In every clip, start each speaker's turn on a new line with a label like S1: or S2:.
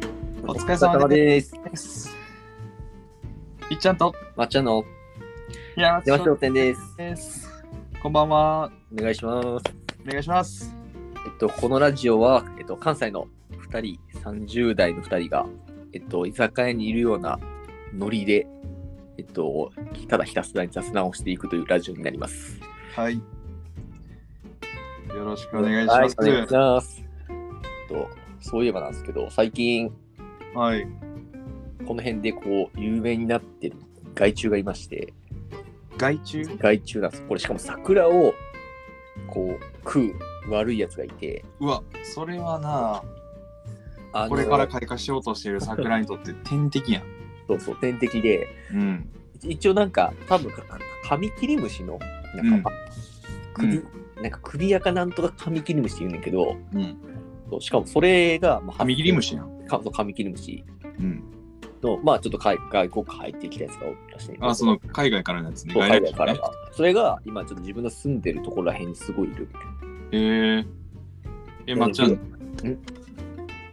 S1: 疲れ
S2: お疲れ様
S1: 様で
S2: です。
S1: す。いっちゃんと、
S2: まっちゃんの
S1: や
S2: 出ま商店です。
S1: です。こんばんは。
S2: お願いします。
S1: お願いします。
S2: えっと、このラジオは、えっと、関西の2人、30代の2人が、えっと、居酒屋にいるようなノリで、えっと、ただひたすらに雑談をしていくというラジオになります。
S1: はい。よろしくお願いします。
S2: はいお願いします。えっと、そういえばなんですけど、最近、
S1: はい。
S2: この辺でこう、有名になってる害虫がいまして、
S1: 外虫
S2: 害虫なんです。これ、しかも桜を、こう、食う悪いやつがいて、
S1: うわ、それはな、
S2: あの
S1: これから開花しようとしている桜にとって天敵やん。
S2: そうそう、天敵で、
S1: うん。
S2: 一応なんか、多分カミキリムシの、なんか、首、なんか首やかなんとかカミキリムシって言うねんだけど、
S1: うん。
S2: そうしかもそれが、まあ、
S1: カミキリムシやん。
S2: かそうカミキリムシ
S1: うん。
S2: の、まあちょっと海外国から入ってきたやつがおるらしいねんけど
S1: あ、その海外からのやつね。
S2: そう海外
S1: 来
S2: か
S1: 種
S2: ら
S1: ね
S2: が。それが、今ちょっと自分の住んでるところらへんにすごいいるみたいな。
S1: えー、え、まっちゃん。
S2: ん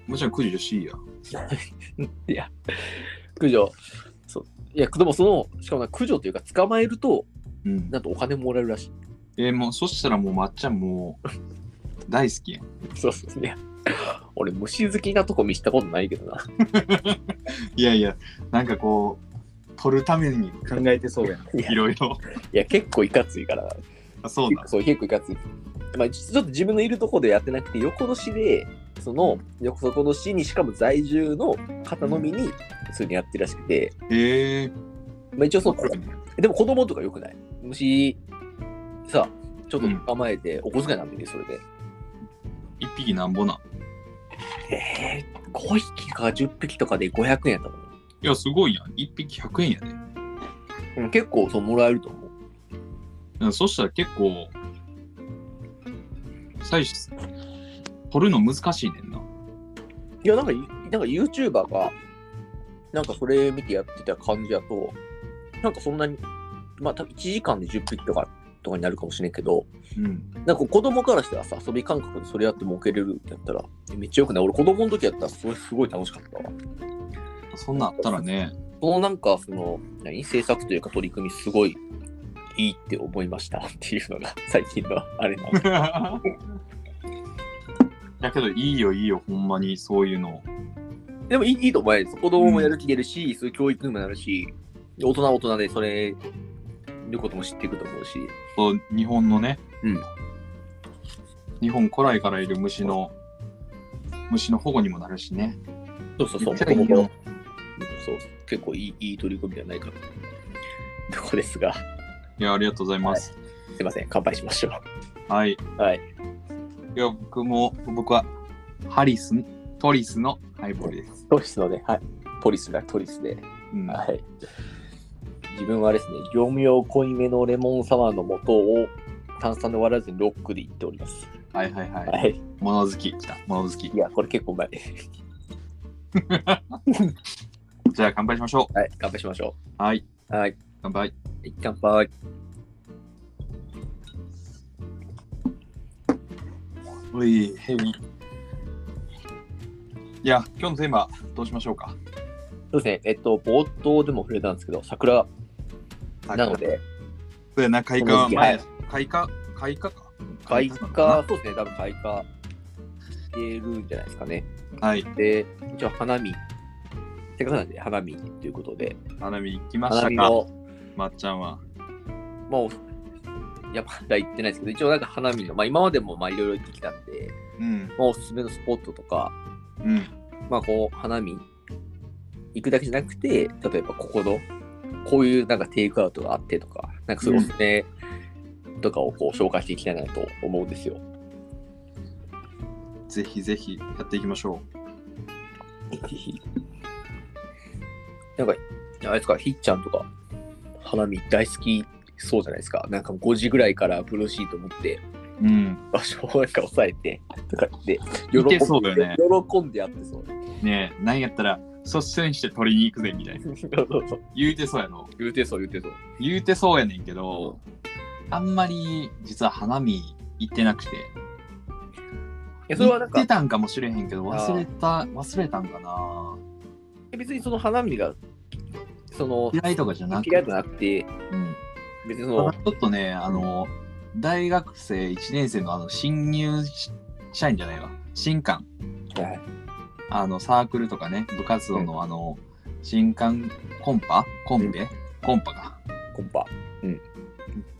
S1: もちろん9時しいや。
S2: いや、駆除。そういや、でもその、しかもなんか駆除というか、捕まえると、
S1: うん
S2: なんとお金もらえるらしい。
S1: えーもうそしたらもうまっちゃんもう大好きやん。
S2: そうそうね。 俺、虫好きなとこ見したことないけどな。
S1: いやいや、なんかこう、取るために考えてそうやん。
S2: いや
S1: いろいろ。
S2: いや、結構いかついから、
S1: あ、そう
S2: 結
S1: だ
S2: 構。そう結構いかつい。まあ、ちちょっと自分のいるとこでやってなくて、横の市で、その横の市にしかも在住の方のみに普通にやってるらしくて、
S1: へえ
S2: まあ、一応そう、
S1: ー。
S2: でも子供とかよくない虫、さ、ちょっと捕まえて、お小遣いなんでね、それで。
S1: 一匹なんぼな。
S2: えー、5匹か10匹とかで500円やったと思
S1: いや、すごいやん。一匹100円やで、
S2: ううん。結構そうもらえると思う。
S1: うんそしたら結構、最初、取るの難しいねんな。
S2: いや、なんかい、なんか YouTuber が、なんかそれ見てやってた感じだと、なんかそんなに、まあ、多分1時間で10匹とか、とかになるかもしれんけど、
S1: うん。
S2: なんかこう子供からしたらさ、遊び感覚でそれやって儲けれるってやったら、めっちゃよくない俺子供の時やったらそれすごい楽しかったわ。
S1: そんなんあったらね、
S2: このなんか、その、何、制作というか取り組みすごいいいって思いましたっていうのが最近のあれなの。
S1: だけどいいよいいよほんまにそういうの
S2: でもいいいいと思える。子供もやる気出るし、そういう教育にもなるし、大人は大人でそれ、いうことも知っていくと思うし。
S1: そう日本のね、
S2: うん
S1: 日本古来からいる虫の虫の保護にもなるしね
S2: そうそうそう。
S1: めっちゃいいよ
S2: そう結構いいいい取り組みじゃないかな。とこですが、
S1: いやありがとうございます
S2: すいません、乾杯しましょ
S1: はい、
S2: う。はい。
S1: い、や僕も僕はハリストリスのハイボールです、
S2: トリスのね、はい。トリスがトリスで。
S1: うん、
S2: はい。自分はあれですね、業務用濃いめのレモンサワーの素を炭酸で割らずにロックでいっております。
S1: はいはいはい、
S2: はい。
S1: 物好き来た物好き
S2: いや、これ結構うまい。
S1: じゃあ乾杯しましょ
S2: はい。乾杯しましょ
S1: うはい
S2: うん。はい。
S1: 乾杯
S2: 乾杯。
S1: ういヘビいや今日のテーマどうしましょうか
S2: そうですね、えっと、冒頭でも触れたんですけど、桜なので、
S1: そうやな、開花は前、
S2: こ
S1: 開花、開花か。
S2: 開花、そうですね、多分開花してるんじゃないですかね。
S1: はい、
S2: で、一応花見、せっかくなんで花見ということで、
S1: 花見行きまし
S2: 花
S1: た
S2: 見
S1: か、
S2: の、
S1: まっちゃんは。
S2: もう、いや、まだ行ってないですけど、一応なんか花見の、まあ今までもまあいろいろ行ってきたんで、
S1: うん、
S2: まあおすすめのスポットとか、
S1: うん、
S2: まあこう、花見行くだけじゃなくて、例えばここの、こういうなんかテイクアウトがあってとか、なんかそういうおすすめとかをこう紹介していきたいなと思うんですよ。
S1: ぜひぜひやっていきましょ
S2: なんか、あれですか、ひっちゃんとか、花見大好きそうじゃないですか。なんか5時ぐらいからブルーシート持って、
S1: う。うん、
S2: 場所をなんか押さえて、とかって、
S1: いけそうだよね
S2: 喜んでやってそう。
S1: ねえ、なんやったら率先して取りに行くぜみたいな。言うてそうやろ。
S2: 言うてそう、言うてそう。
S1: 言うてそうやねんけど、あんまり実は花見行ってなくて。
S2: いや、それはなん
S1: 行
S2: か
S1: って、たんかもしれへんけど、忘れた、忘れたんかな。
S2: え別にその花見が、その、
S1: 嫌いとかじゃなく
S2: 嫌いじゃなくて、
S1: うん
S2: 別にそ
S1: た
S2: の
S1: だ、ちょっとね、あの、大学生1年生のあの新入社員じゃないわ、新官、
S2: はい
S1: あのサークルとかね、部活動のあの、新官コンパコンペコンパか。
S2: コンパ。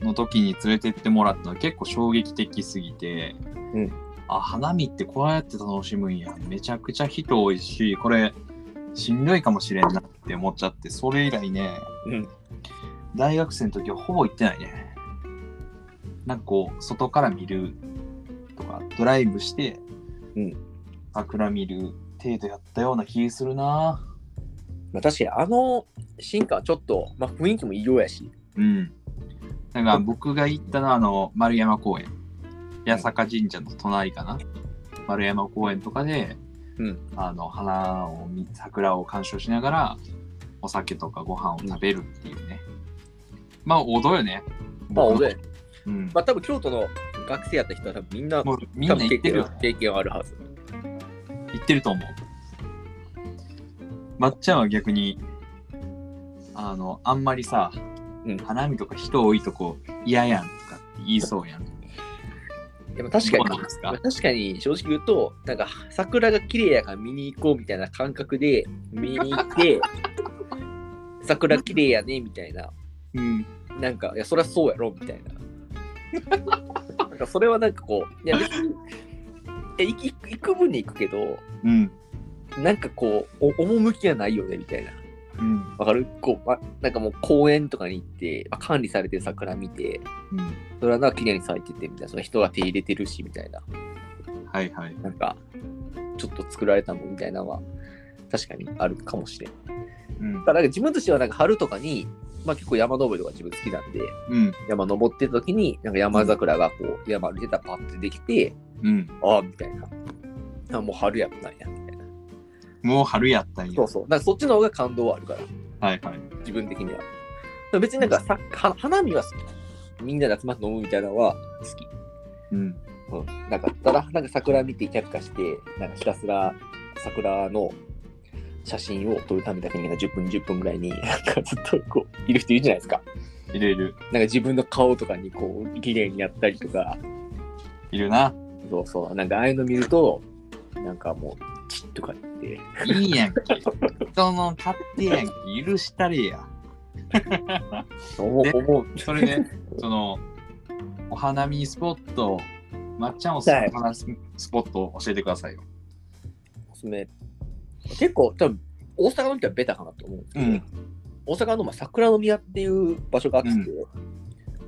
S1: の時に連れてってもらったの結構衝撃的すぎて、
S2: うん
S1: あ花見ってこうやって楽しむんやめちゃくちゃ人多いしこれしんどいかもしれんなって思っちゃってそれ以来ね
S2: うん。
S1: 大学生の時はほぼ行ってないねなんかこう外から見るとかドライブして、
S2: うん
S1: 桜見る程度やったような気するな
S2: まあ確かにあの進化はちょっと、まあ雰囲気も異様やし。
S1: うんだから僕が行ったのはあの丸山公園八坂神社の隣かな、丸山公園とかで、
S2: うん
S1: あの花を見桜を鑑賞しながらお酒とかご飯を食べるっていうね、まあ王道よね
S2: まあ
S1: 僕の
S2: 俺、
S1: うん
S2: まあ多分京都の学生やった人は多分みんな、
S1: もうみんな行ってるよ
S2: 多分経験経験はあるはず。
S1: 行ってると思うまっちゃんは逆にあのあんまりさ、
S2: うん
S1: 花見とか人多いとこ嫌やんとかって言いそうやん
S2: でも確かに
S1: どうなんですか
S2: 確かに正直言うと、なんか桜が綺麗やから見に行こうみたいな感覚で見に行 って、桜綺麗やねみたいな、
S1: うん
S2: なんか、いや、そりゃそうやろみたいな。なんかそれはなんかこう、いや、別にいや行く行く分に行くけど、
S1: うん
S2: なんかこう、お趣がないよねみたいな。
S1: うん
S2: わかるこう、ま、なんかもう公園とかに行って、ま、管理されてる桜見て、
S1: うん
S2: それはなんか綺麗に咲いててみたいな、その人が手入れてるしみたいな。
S1: はいはい。
S2: なんか、ちょっと作られたもんみたいなのは、確かにあるかもしれん。だ
S1: うん
S2: か。らなんか自分としては、なんか春とかに、まあ結構山登りとか自分好きなんで、
S1: うん。
S2: 山登ってた時に、なんか山桜がこう、山に出たらパッてできて、
S1: うん。
S2: ああ、みたいな。あもう春やったんや、みたいな。
S1: もう春やったんや
S2: そう。そう。なんかそっちの方が感動はあるから、
S1: はいはい。
S2: 自分的には。だから別になんかさは花見は好き。みんなで集まって飲むみたいなのは好き。
S1: うん。
S2: うん、なんかただなんか桜見て却下してなんかひたすら桜の写真を撮るためだけになんか10分10分ぐらいになんかずっとこういる人いるじゃないですか
S1: いるいる。
S2: なんか自分の顔とかにこう綺麗にやったりとか
S1: い るな。
S2: そうそうなんかああいうの見るとなんかもうチッとかって
S1: いいやんけ。人の勝手やんけ。許したれや。
S2: 思う
S1: で
S2: 思う
S1: それで、その、お花見スポット、まっちゃんおすすめの花スポットを教えてくださいよ。
S2: おすすめ結構多分大阪の人はベタかなと思うんですけど、
S1: うん
S2: 大阪のまあ桜の宮っていう場所があって、
S1: う
S2: ま
S1: ん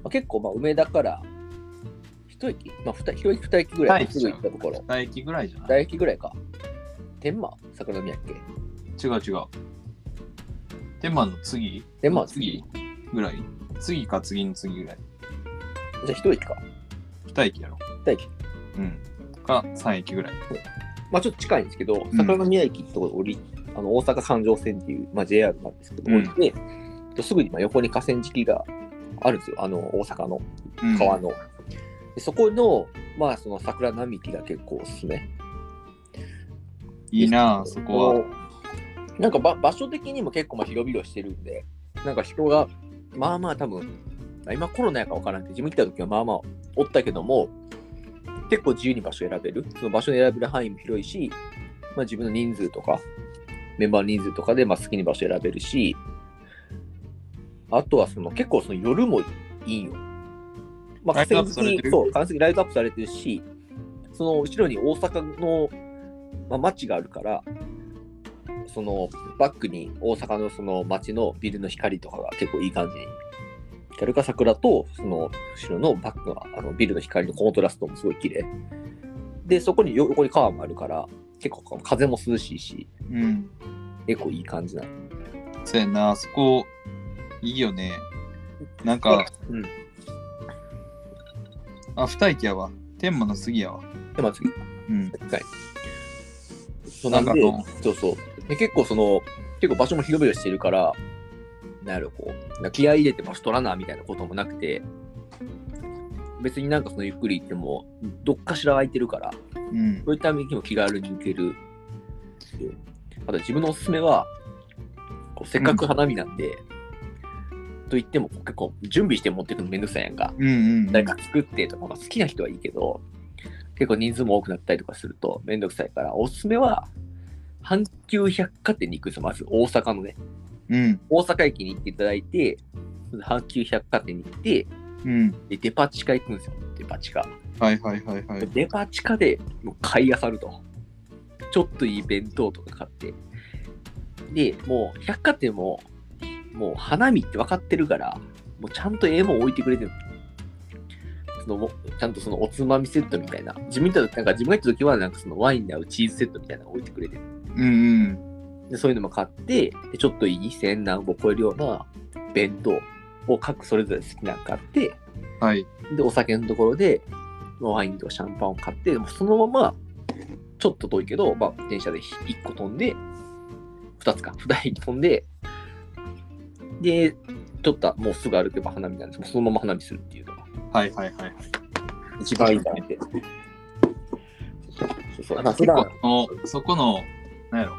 S2: あ、結構まあ梅田から一駅、まあ、二駅一駅二駅ぐらい
S1: はい
S2: すぐ行ったところ、
S1: 唾液ぐらいじゃない
S2: 大駅ぐらいか。天満桜の宮っけ
S1: 違う違う。天満の次
S2: 天満の次
S1: 次ぐらい次か次の次ぐらい。
S2: じゃあ一駅か。
S1: 二駅やろ。
S2: 二駅。
S1: うん。か三駅ぐらい。
S2: まあちょっと近いんですけど、
S1: ん
S2: 桜の宮駅ってところで降り、あの大阪環状線っていう、まあ、JR なんですけど、
S1: うん
S2: 降りて、ですぐにまあ横に河川敷があるんですよ、あの大阪の
S1: うん
S2: 川の。でそこの、まあその桜並木が結構おすすめ。
S1: いいなあそこは。
S2: なんかば場所的にも結構まあ広々してるんで、なんか人が、まあまあ多分、今コロナやから分からんけど、自分行った時はまあまあおったけども、結構自由に場所選べる。その場所選べる範囲も広いし、まあ自分の人数とか、メンバーの人数とかでまあ好きに場所選べるし、あとはその結構その夜もいいよ。まあ、
S1: ライト
S2: 完
S1: アップされて
S2: 璧
S1: る
S2: そう、完全にライトアップされてるし、その後ろに大阪の、まあ、街があるから、そのバックに大阪のその街のビルの光とかが結構いい感じに。光か桜とその後ろのバックのあのビルの光のコントラストもすごい綺麗で、そこに横に川もあるから、結構風も涼しいし、
S1: うん。
S2: 結構いい感じなの。
S1: そうやな、あそこ、いいよね。なんか、
S2: うん。
S1: あ、二駅やわ。天満の杉やわ。
S2: で、まあ次、
S1: うん。
S2: はい。そうなんで
S1: なんか
S2: そうそう。で結構その、結構場所も広々してるから、なるこう、なんか気合い入れて場所取らなみたいなこともなくて、別になんかそのゆっくり行っても、どっかしら空いてるから、
S1: うん。
S2: そういった意味でも気軽に行ける。あと自分のおすすめは、うせっかく花火なんで、と言っても結構準備して持ってくのめんどくさいやんか。
S1: うんうん。
S2: 誰か作ってとか、まあ、好きな人はいいけど、結構人数も多くなったりとかするとめんどくさいから、おすすめは、阪急百貨店に行くんですよ、まず大阪のね。
S1: うん。
S2: 大阪駅に行っていただいて、阪急百貨店に行って、
S1: うん。
S2: でデパ地下行くんですよ、デパ地下。
S1: はいはいはいはい。
S2: デパ地下でもう買い漁ると。ちょっといい弁当とか買って。で、もう百貨店も、もう花見って分かってるから、もうちゃんと絵もん置いてくれてる。そのもちゃんとそのおつまみセットみたいな。自分たなんか自分が行った時はなんかそのワインに合うチーズセットみたいなの置いてくれてる。
S1: うん
S2: で、そういうのも買って、でちょっといい1000何個超えるような弁当を各それぞれ好きなの買って、
S1: うん。はい。
S2: で、お酒のところで、ワインとかシャンパンを買って、もうそのまま、ちょっと遠いけど、まあ、電車で1個飛んで、2つか、2駅飛んで、で、ちょっともうすぐ歩けば花見なんですもうそのまま花見するっていうのが、
S1: はいはいはいはい。
S2: 一番いいなって。そうそう、だから普
S1: 結構
S2: 段、
S1: そのそこの、なんやろ。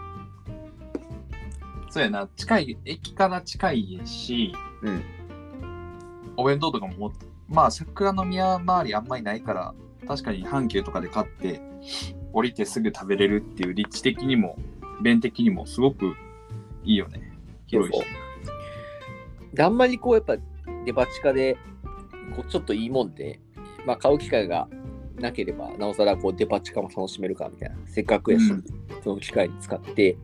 S1: そうやな、近い、駅から近いし、
S2: うん
S1: お弁当とかも持って、まあ、桜の宮周りあんまりないから、確かに阪急とかで買って、降りてすぐ食べれるっていう立地的にも、便的にもすごくいいよね。広いし。
S2: で、あんまりこう、やっぱ、デパ地下で、こう、ちょっといいもんで、まあ、買う機会がなければ、なおさら、こう、デパ地下も楽しめるか、みたいな。せっかくやし、
S1: うん
S2: その機会に使って、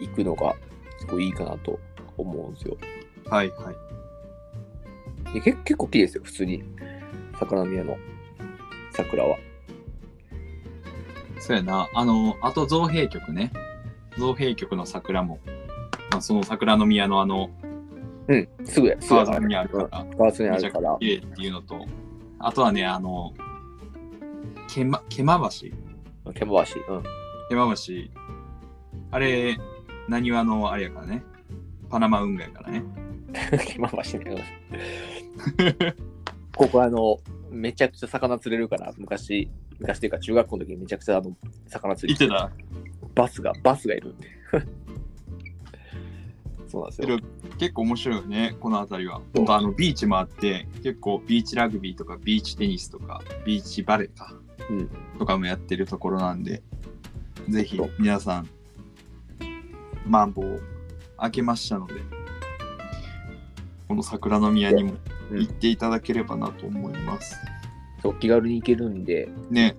S2: 行くのが、すごいいいかなと思うんですよ。
S1: はいはい。
S2: でけ結構綺麗ですよ、普通に。桜宮の桜は。
S1: そうやな、あの、あと造幣局ね。造幣局の桜も、まあ、その桜の宮のあの、
S2: うん、すぐや、すぐやから。
S1: 川沿いにあるから、
S2: うん川沿いにあ
S1: めちゃ
S2: る
S1: く
S2: か
S1: ちゃ
S2: ら。
S1: 綺麗っていうのと、あとはね、あの、けま、けま橋
S2: ケマ橋。うん。
S1: けま橋。あれ、なにわのあれやからね。パナマ運河やからね。
S2: 気まましね。 ここあの、めちゃくちゃ魚釣れるから、昔、昔というか中学校の時にめちゃくちゃあの魚釣
S1: 行
S2: り
S1: ってた。
S2: バスが、バスがいるん で。そうなんですよ。
S1: 結構面白いよね、この辺りは。ほんとあの、ビーチもあって、結構ビーチラグビーとか、ビーチテニスとか、ビーチバレーか。
S2: うん
S1: とかもやってるところなんで、ぜひ
S2: そう
S1: 皆さん、マンボウ開けましたので、この桜の宮にも
S2: うん
S1: 行っていただければなと思います。
S2: そう気軽に行けるんで、
S1: ね、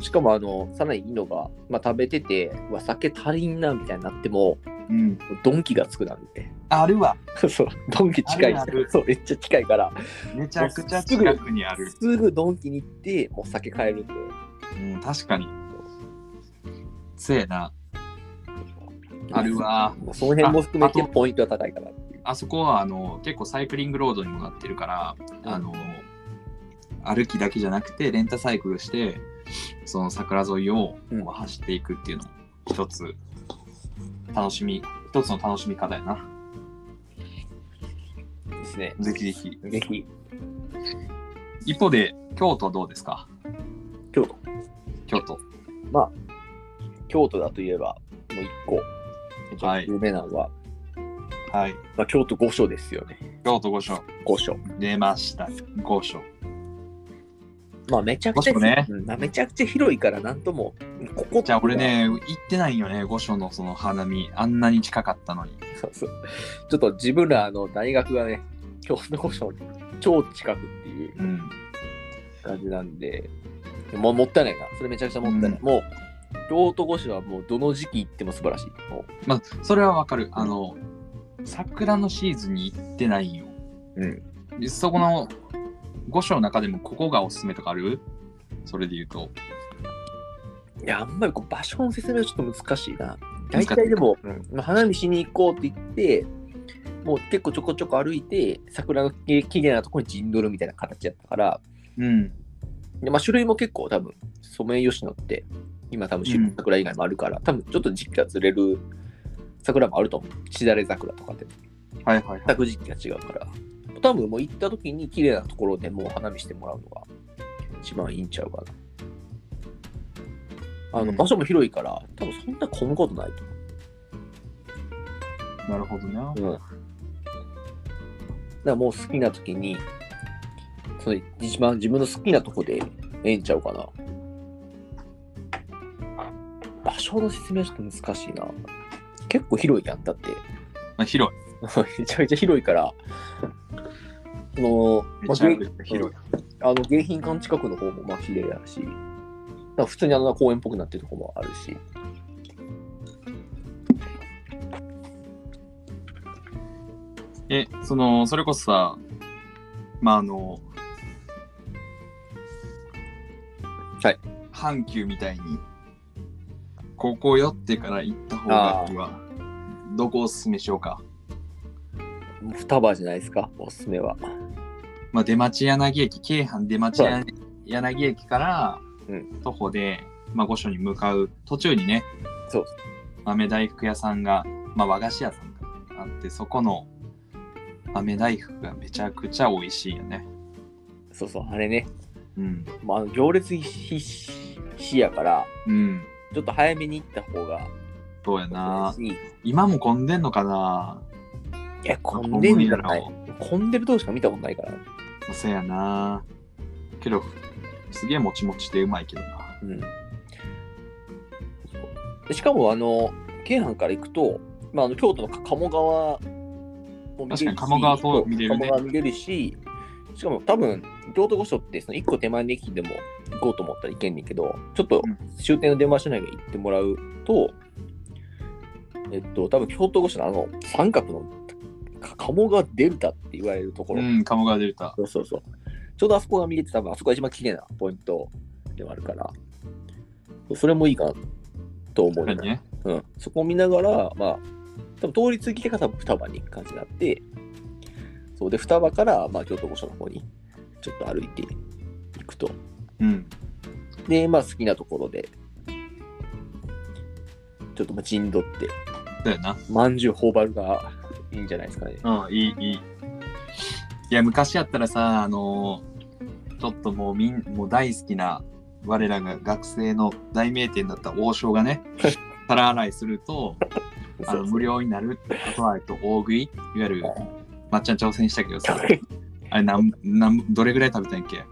S2: しかもあの、さらにいいのが、まあ、食べてて、うわ、酒足りんなみたいになっても、
S1: うん。
S2: ドンキがつくなんで。
S1: あるわ。
S2: そう、ドンキ近い
S1: あるある。
S2: そう、めっちゃ近いから、
S1: めちゃくちゃ近くにある。
S2: すぐドンキに行って、もう酒買えるんで。
S1: うん、確かに。せえな。あるわ。
S2: もうその辺も含めて
S1: ああ
S2: ポイントが高いから。
S1: あそこはあの結構サイクリングロードにもなってるから、
S2: うん
S1: あの歩きだけじゃなくてレンタサイクルしてその桜沿いを
S2: うん
S1: 走っていくっていうのも一つ楽しみ一つの楽しみ方やな
S2: ですね。
S1: ぜひぜひ
S2: ぜひ、
S1: 一方で京都はどうですか
S2: 京都。
S1: 京都
S2: 京都だといえば、もう一個、
S1: はい
S2: 有名なのは、
S1: はい
S2: まあ、京都御所ですよね。
S1: 京都御所
S2: 御所。
S1: 出ました御所
S2: まあ、めちゃくちゃ、
S1: 御所ね
S2: うんまあ、めちゃくちゃ広いから、なんとも、ここ
S1: じゃあ俺。ね行ってないよね御所のその花見あんなに近かったのに
S2: そうそうちょっと自分らの大学がね、京都御所に超近くっていう
S1: うん
S2: 感じなんで、もうもったいないな。それめちゃくちゃもったいない。
S1: う
S2: もう、京都御所はもうどの時期行っても素晴らしい。も
S1: まあ、それはわかる。あの、桜のシーズンに行ってないよ。
S2: ううん。
S1: でそこの5章の中でもここがおすすめとかあるそれで言うと。
S2: いや、あんまりこう場所の説明はちょっと難しいな。
S1: 難
S2: 大
S1: しい
S2: 体でも、うんまあ花見しに行こうって言って、もう結構ちょこちょこ歩いて、桜のき綺麗なところに陣取るみたいな形だったから、
S1: うん。
S2: でまあ、種類も結構多分、ソメイヨシノって、今多分種類
S1: うん
S2: 桜以外もあるから、多分ちょっと時期がずれる桜もあると思う。しだれ桜とかって、
S1: はいはいはい。
S2: 全く時期が違うから、多分もう行った時に綺麗なところでもう花見してもらうのが一番いいんちゃうかな。あ
S1: う
S2: の
S1: ん
S2: 場所も広いから、多分そんな混むことないと思う。
S1: なるほどね。
S2: うん。だからもう好きな時に、それ一番自分の好きなとこでええんちゃうかな。場所の説明はちょっと難しいな。結構広いやん、だって。
S1: まあ、広い。
S2: めちゃめちゃ広いから。その、
S1: め
S2: まあ
S1: ちゃ
S2: げ
S1: 広い。
S2: あの迎賓館近くの方もまあ綺麗やし、なんか普通にあの公園っぽくなってるとこもあるし。
S1: え、その、それこそさ、まあ、あの、
S2: はい。
S1: 阪急みたいに、高校寄ってから行った方がいいわ。どこをおすすめしようか。
S2: もう双葉じゃないですか、おすすめは。
S1: まあ、出町柳駅、京阪出町
S2: は
S1: 柳駅から
S2: うん
S1: 徒歩で、まあ、御所に向かう途中にね、
S2: そう。
S1: 豆大福屋さんが、まあ、和菓子屋さんがあって、そこの豆大福がめちゃくちゃ美味しいよね。
S2: そうそう、あれね。
S1: うん。
S2: まあ、あの行列必死やから、
S1: うん。
S2: ちょっと早めに行った方が
S1: そうやな。
S2: いいし。
S1: 今も混んでんのかない
S2: や、混んでるんじゃない
S1: 混むん
S2: 混んでるとこしか見たことないから。
S1: やろそうやな。けど、すげえもちもちでうまいけどな。
S2: うん。でしかも、あの、京阪から行くと、まあ、あの京都の鴨川も見れるし
S1: 確かに鴨川と見れるね
S2: 鴨川見れるし、しかも多分、京都御所って、その1個手前の駅でも行こうと思ったら行けんねんけど、ちょっと
S1: うん
S2: 終点の電話しないで行ってもらうと、えっと、多分京都御所のあの三角のか鴨川デルタって言われるところ、
S1: うん、鴨川デルタ。
S2: そうそうそう。ちょうどあそこが見れて、多分あそこが一番綺麗なポイントではあるから、それもいいかなと思う
S1: 確
S2: よ
S1: かにね。
S2: うん。そこを見ながら、まあ、多分通り過ぎてから多分双葉に行く感じになって、そうで、双葉から、まあ、京都御所の方にちょっと歩いていくと。
S1: うん。
S2: で、まあ、好きなところで、ちょっとまあ陣取って、
S1: そうやな。
S2: まんじゅう頬張るがいいんじゃないですかね。
S1: うん、いい、いい。いや、昔やったらさ、あのーちょっともうみん、もう大好きな、我らが学生の大名店だった王将 がね、皿洗いすると、あ
S2: そう
S1: の
S2: そう
S1: 無料になるってことは、えっと、大食い、いわゆる、まっちゃん挑戦したけどさ、あれなん、なん、どれぐらい食べたんやっけ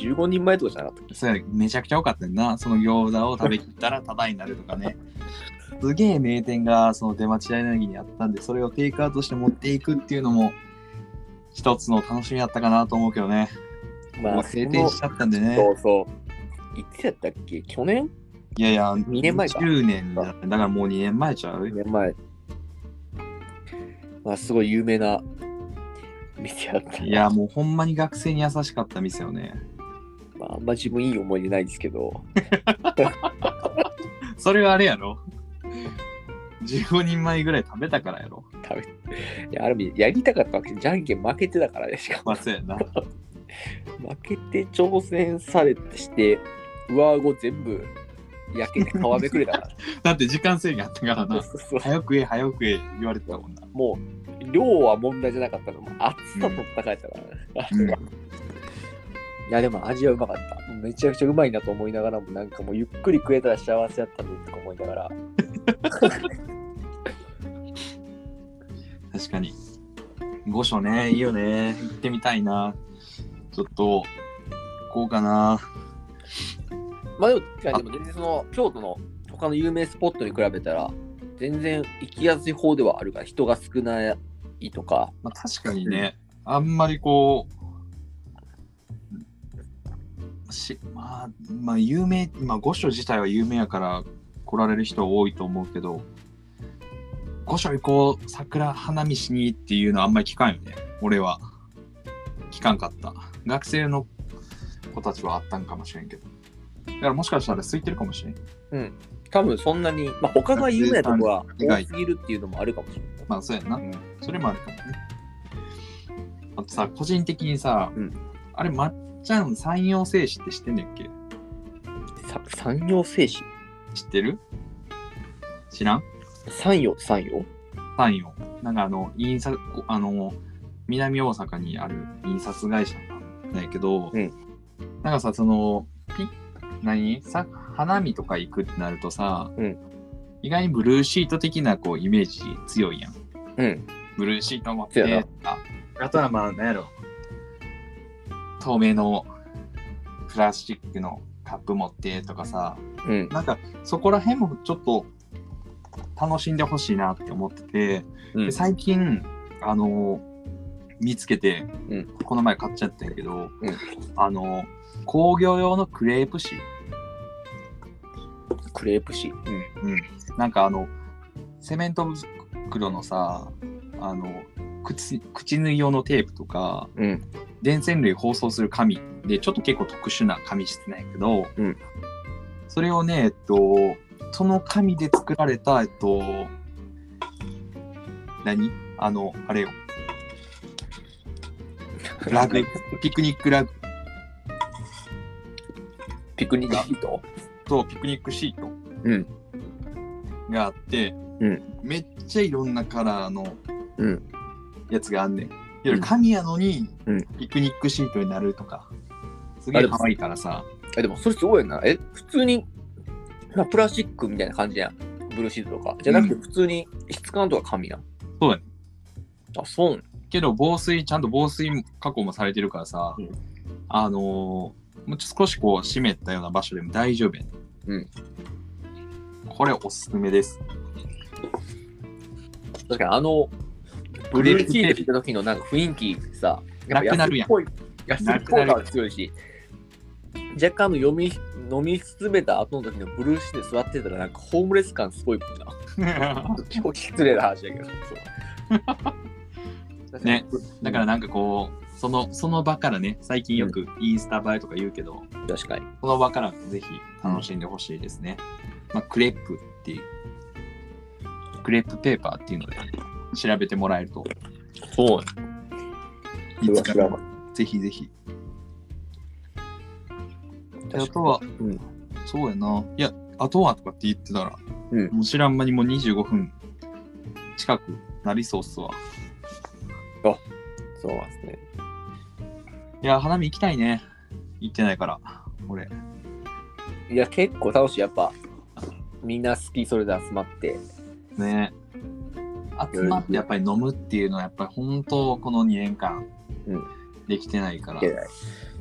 S2: 15人前とかじゃなかったっけ
S1: そうやめちゃくちゃ多かったんな。その餃子を食べきったらタダになるとかね。すげえ名店がその出町柳にあったんで、それをテイクアウトして持っていくっていうのも、一つの楽しみだったかなと思うけどね。
S2: ま
S1: もう
S2: あ、
S1: 閉店しちゃったんでね。
S2: そうそう。いつやったっけ去年
S1: いやいや、
S2: 二年前か
S1: 10年だ。だからもう2年前ちゃう
S2: ?2 年前。まあ、すごい有名な店やった。
S1: いや、もうほんまに学生に優しかった店よね。
S2: まあ、あんま自分いい思い出ないですけど、
S1: それはあれやろ ?15 人前ぐらい食べたからやろ。
S2: 食べいやある意味、やりたかったわけじゃんけん負けてたからね、しかも
S1: まあ、。そうやな。
S2: 負けて挑戦されてして、上顎全部焼けて皮めくれたか
S1: だって時間制限あったから
S2: ら。
S1: な。
S2: そうそうそう
S1: 早くえ、早くえ、言われてたもんな。
S2: もう、量は問題じゃなかったの。もう熱さと戦えたからね。
S1: うん
S2: いやでも味はうまかった。めちゃくちゃうまいなと思いながらも、なんかもうゆっくり食えたら幸せやったのにとか思いながら。
S1: 確かに。御所ね、いいよね。行ってみたいな。ちょっと、行こうかな。
S2: まあでも、いやでも全然その、京都の他の有名スポットに比べたら、全然行きやすい方ではあるから、人が少ないとか、
S1: まあ、確かにね、あんまりこう、しまあ、まあ、有名、まあ、御所自体は有名やから来られる人は多いと思うけど、御所行こう、桜花見しにっていうのはあんまり聞かんよね。俺は。聞かんかった。学生の子たちはあったんかもしれんけど。だからもしかしたら空いてるかもしれん。
S2: 多分そんなに、まあ他が有名なとこは
S1: 意外
S2: 多すぎるっていうのもあるかもしれない。
S1: まあそうやな。
S2: うん
S1: それもあるかもね。あとさ、個人的にさ、
S2: うん
S1: あれ、まっちゃん山陽製紙って知ってんだっけ
S2: さ山陽製紙
S1: 知ってる知らん
S2: 山陽って山陽
S1: 山陽。なんかあの、印刷、こあの、南大阪にある印刷会社なんだけど、
S2: うん
S1: なんかさ、その、ピ何さ、花見とか行くってなるとさ、
S2: うん
S1: 意外にブルーシート的なこうイメージ強いやん。
S2: うん。
S1: ブルーシート持っ
S2: そや
S1: て
S2: な
S1: あ
S3: あとはまあ、なんやろ。
S1: 透明のプラスチックのカップ持ってとかさ
S2: うん。
S1: なんかそこら辺もちょっと楽しんでほしいなって思ってて、
S2: うん
S1: で最近あの見つけて、
S2: うん
S1: この前買っちゃったんやけど、
S2: うん
S1: あの工業用のクレープ紙
S2: クレープ紙。うん。
S1: なんかあのセメント袋のさあの口口縫い用のテープとか
S2: うん。
S1: 電線類包装する紙でちょっと結構特殊な紙質なんやけど、
S2: うん
S1: それをねえっとその紙で作られたえっと何あのあれよラグピクニックラグ
S2: ピクニックシート
S1: とピクニックシート
S2: うん。
S1: があって、
S2: うん
S1: めっちゃいろんなカラーの
S2: うん
S1: やつがあんねん。いわゆる紙やのに
S2: うん
S1: ピクニックシートになるとか、すげえ可愛いからさ。
S2: え、でもそれすごいな。え、普通に、まあ、プラスチックみたいな感じやん。ブルーシートとか。じゃなくて
S1: う
S2: 普通に質感とか紙やん。
S1: そうやね
S2: あ、そう。
S1: けど防水、ちゃんと防水加工もされてるからさ、
S2: うん
S1: あのーもうちょっと少しこう湿ったような場所でも大丈夫やねん。
S2: うん
S1: これおすす めです。
S2: 確かにあの、ブルーシート着た時のなんか雰囲気さ、やっぱ
S1: なくなるや
S2: 安っ
S1: ん
S2: ぽい。安っぽい感が強いし、若干の読み、飲み進めた後の時のブルーシートで座ってたらなんかホームレス感すごいも んな。結構失礼な話だけど。そう
S1: ね、だからなんかこう、そのその場からね、最近よくインスタ映えとか言うけど、
S2: 確かに。
S1: その場からぜひ楽しんでほしいですね。まあ、クレープっていう、クレープペーパーっていうので調べてもらえると、
S2: そう
S1: いつか
S2: それは知らな
S1: ぜひぜひ。であ
S2: 確
S1: と
S2: か
S1: は、
S2: うん
S1: そうやな。いや、あとはとかって言ってたら、
S2: うん
S1: もう知らん間にもう25分近くなりそうっすわ。
S2: そうなんですね。
S1: いや、花見行きたいね。行ってないから、俺。
S2: いや、結構楽しい。やっぱ、みんな好きそれで集まって。
S1: ね集まってやっぱり飲むっていうのはやっぱり本当この2年間
S2: うん
S1: できてないから、
S2: いけない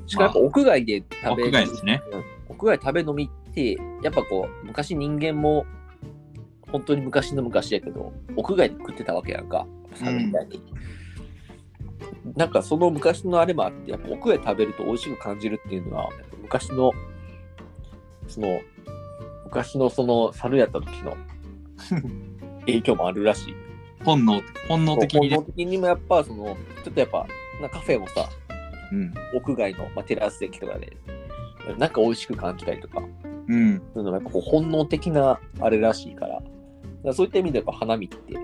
S2: しかもやっぱ屋外で食べ、
S1: 屋外ですね
S2: うん屋外食べ飲みって、やっぱこう、昔人間も、本当に昔の昔やけど、屋外で食ってたわけやんか。サメみたいに。なんかその昔のあれもあって、やっぱ屋外食べると美味しく感じるっていうのは、やっぱ昔の、その、昔のその猿やった 時の影響もあるらしい。
S1: 本能本能的に
S2: 基
S1: ね
S2: 本、的にもやっぱその、ちょっとやっぱ、なんかカフェもさ、
S1: うん
S2: 屋外の、まあ、テラス席とかで、なんか美味しく感じたりとか、そ
S1: うん、
S2: ういうのもやっぱこう本能的なあれらしいから、だからそういった意味でやっぱ花見って、
S1: い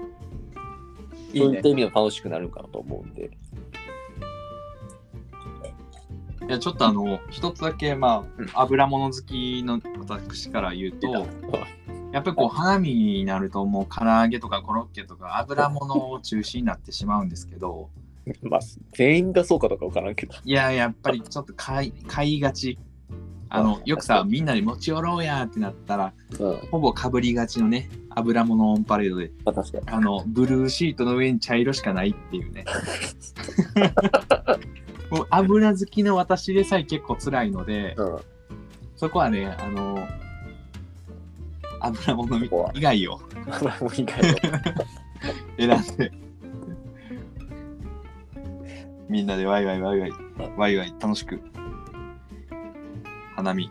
S2: そ
S1: いう
S2: い
S1: ね
S2: った意味でも楽しくなるかなと思うんで、
S1: いやちょっとあの一つだけま
S2: うん
S1: あ油物好きの私から言うと、やっぱりこう花見になるともう唐揚げとかコロッケとか油物を中心になってしまうんですけど
S2: まあ、全員がそうかどうかわからんけど、
S1: いややっぱりちょっと買い買いがちあのよくさみんなで持ち寄ろうやってなったら
S2: うん、
S1: ほぼかぶりがちのね、油物オンパレードで、
S2: まあ確かに。
S1: あの、ブルーシートの上に茶色しかないっていうね。もう油好きの私でさえ結構辛いので、
S2: うん、
S1: そこはね、あの、油物以外を
S2: まあもういいかよ
S1: 選んで、みんなでワイワイワイワイ、ワイワイ楽しく、花見、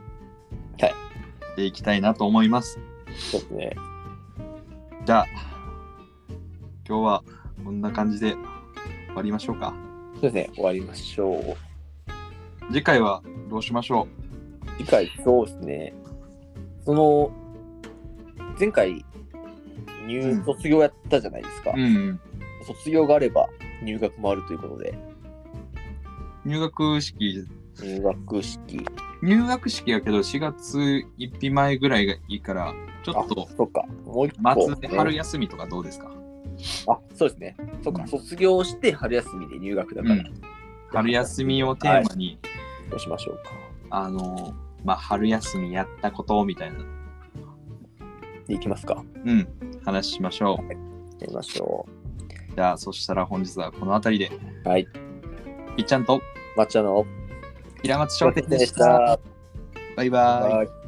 S2: はい
S1: でいきたいなと思います。
S2: そうですね。
S1: じゃあ、今日はこんな感じで終わりましょうか。
S2: そうですね、終わりましょう。
S1: 次回はどうしましょ
S2: 次回、そうですね。その、前回、
S1: う
S2: 入
S1: ん
S2: 卒業やったじゃないですか。
S1: ううん。
S2: 卒業があれば入学もあるということで、
S1: 入学式、
S2: 入学式。
S1: 入学式やけど4月1日前ぐらいがいいから、ちょっと
S2: そうか。もう一個、
S1: 末で春休みとかどうですか、
S2: あ、そうですね。そうか。
S1: うん
S2: 卒業して春休みで入学だから、
S1: うん春休みをテーマに、
S2: どうしましょうか。
S1: あの、まあ、春休みやったことみたいな、
S2: でいきますか。
S1: うん、話しましょう。
S2: やりましょう。
S1: じゃあ、そしたら本日はこの辺りで、
S2: はい。
S1: いっちゃんと
S2: 抹茶の
S1: 平松
S2: 商
S1: 商
S2: 店
S1: 店
S2: で
S1: で
S2: し
S1: したた。。バイバイ。
S2: はい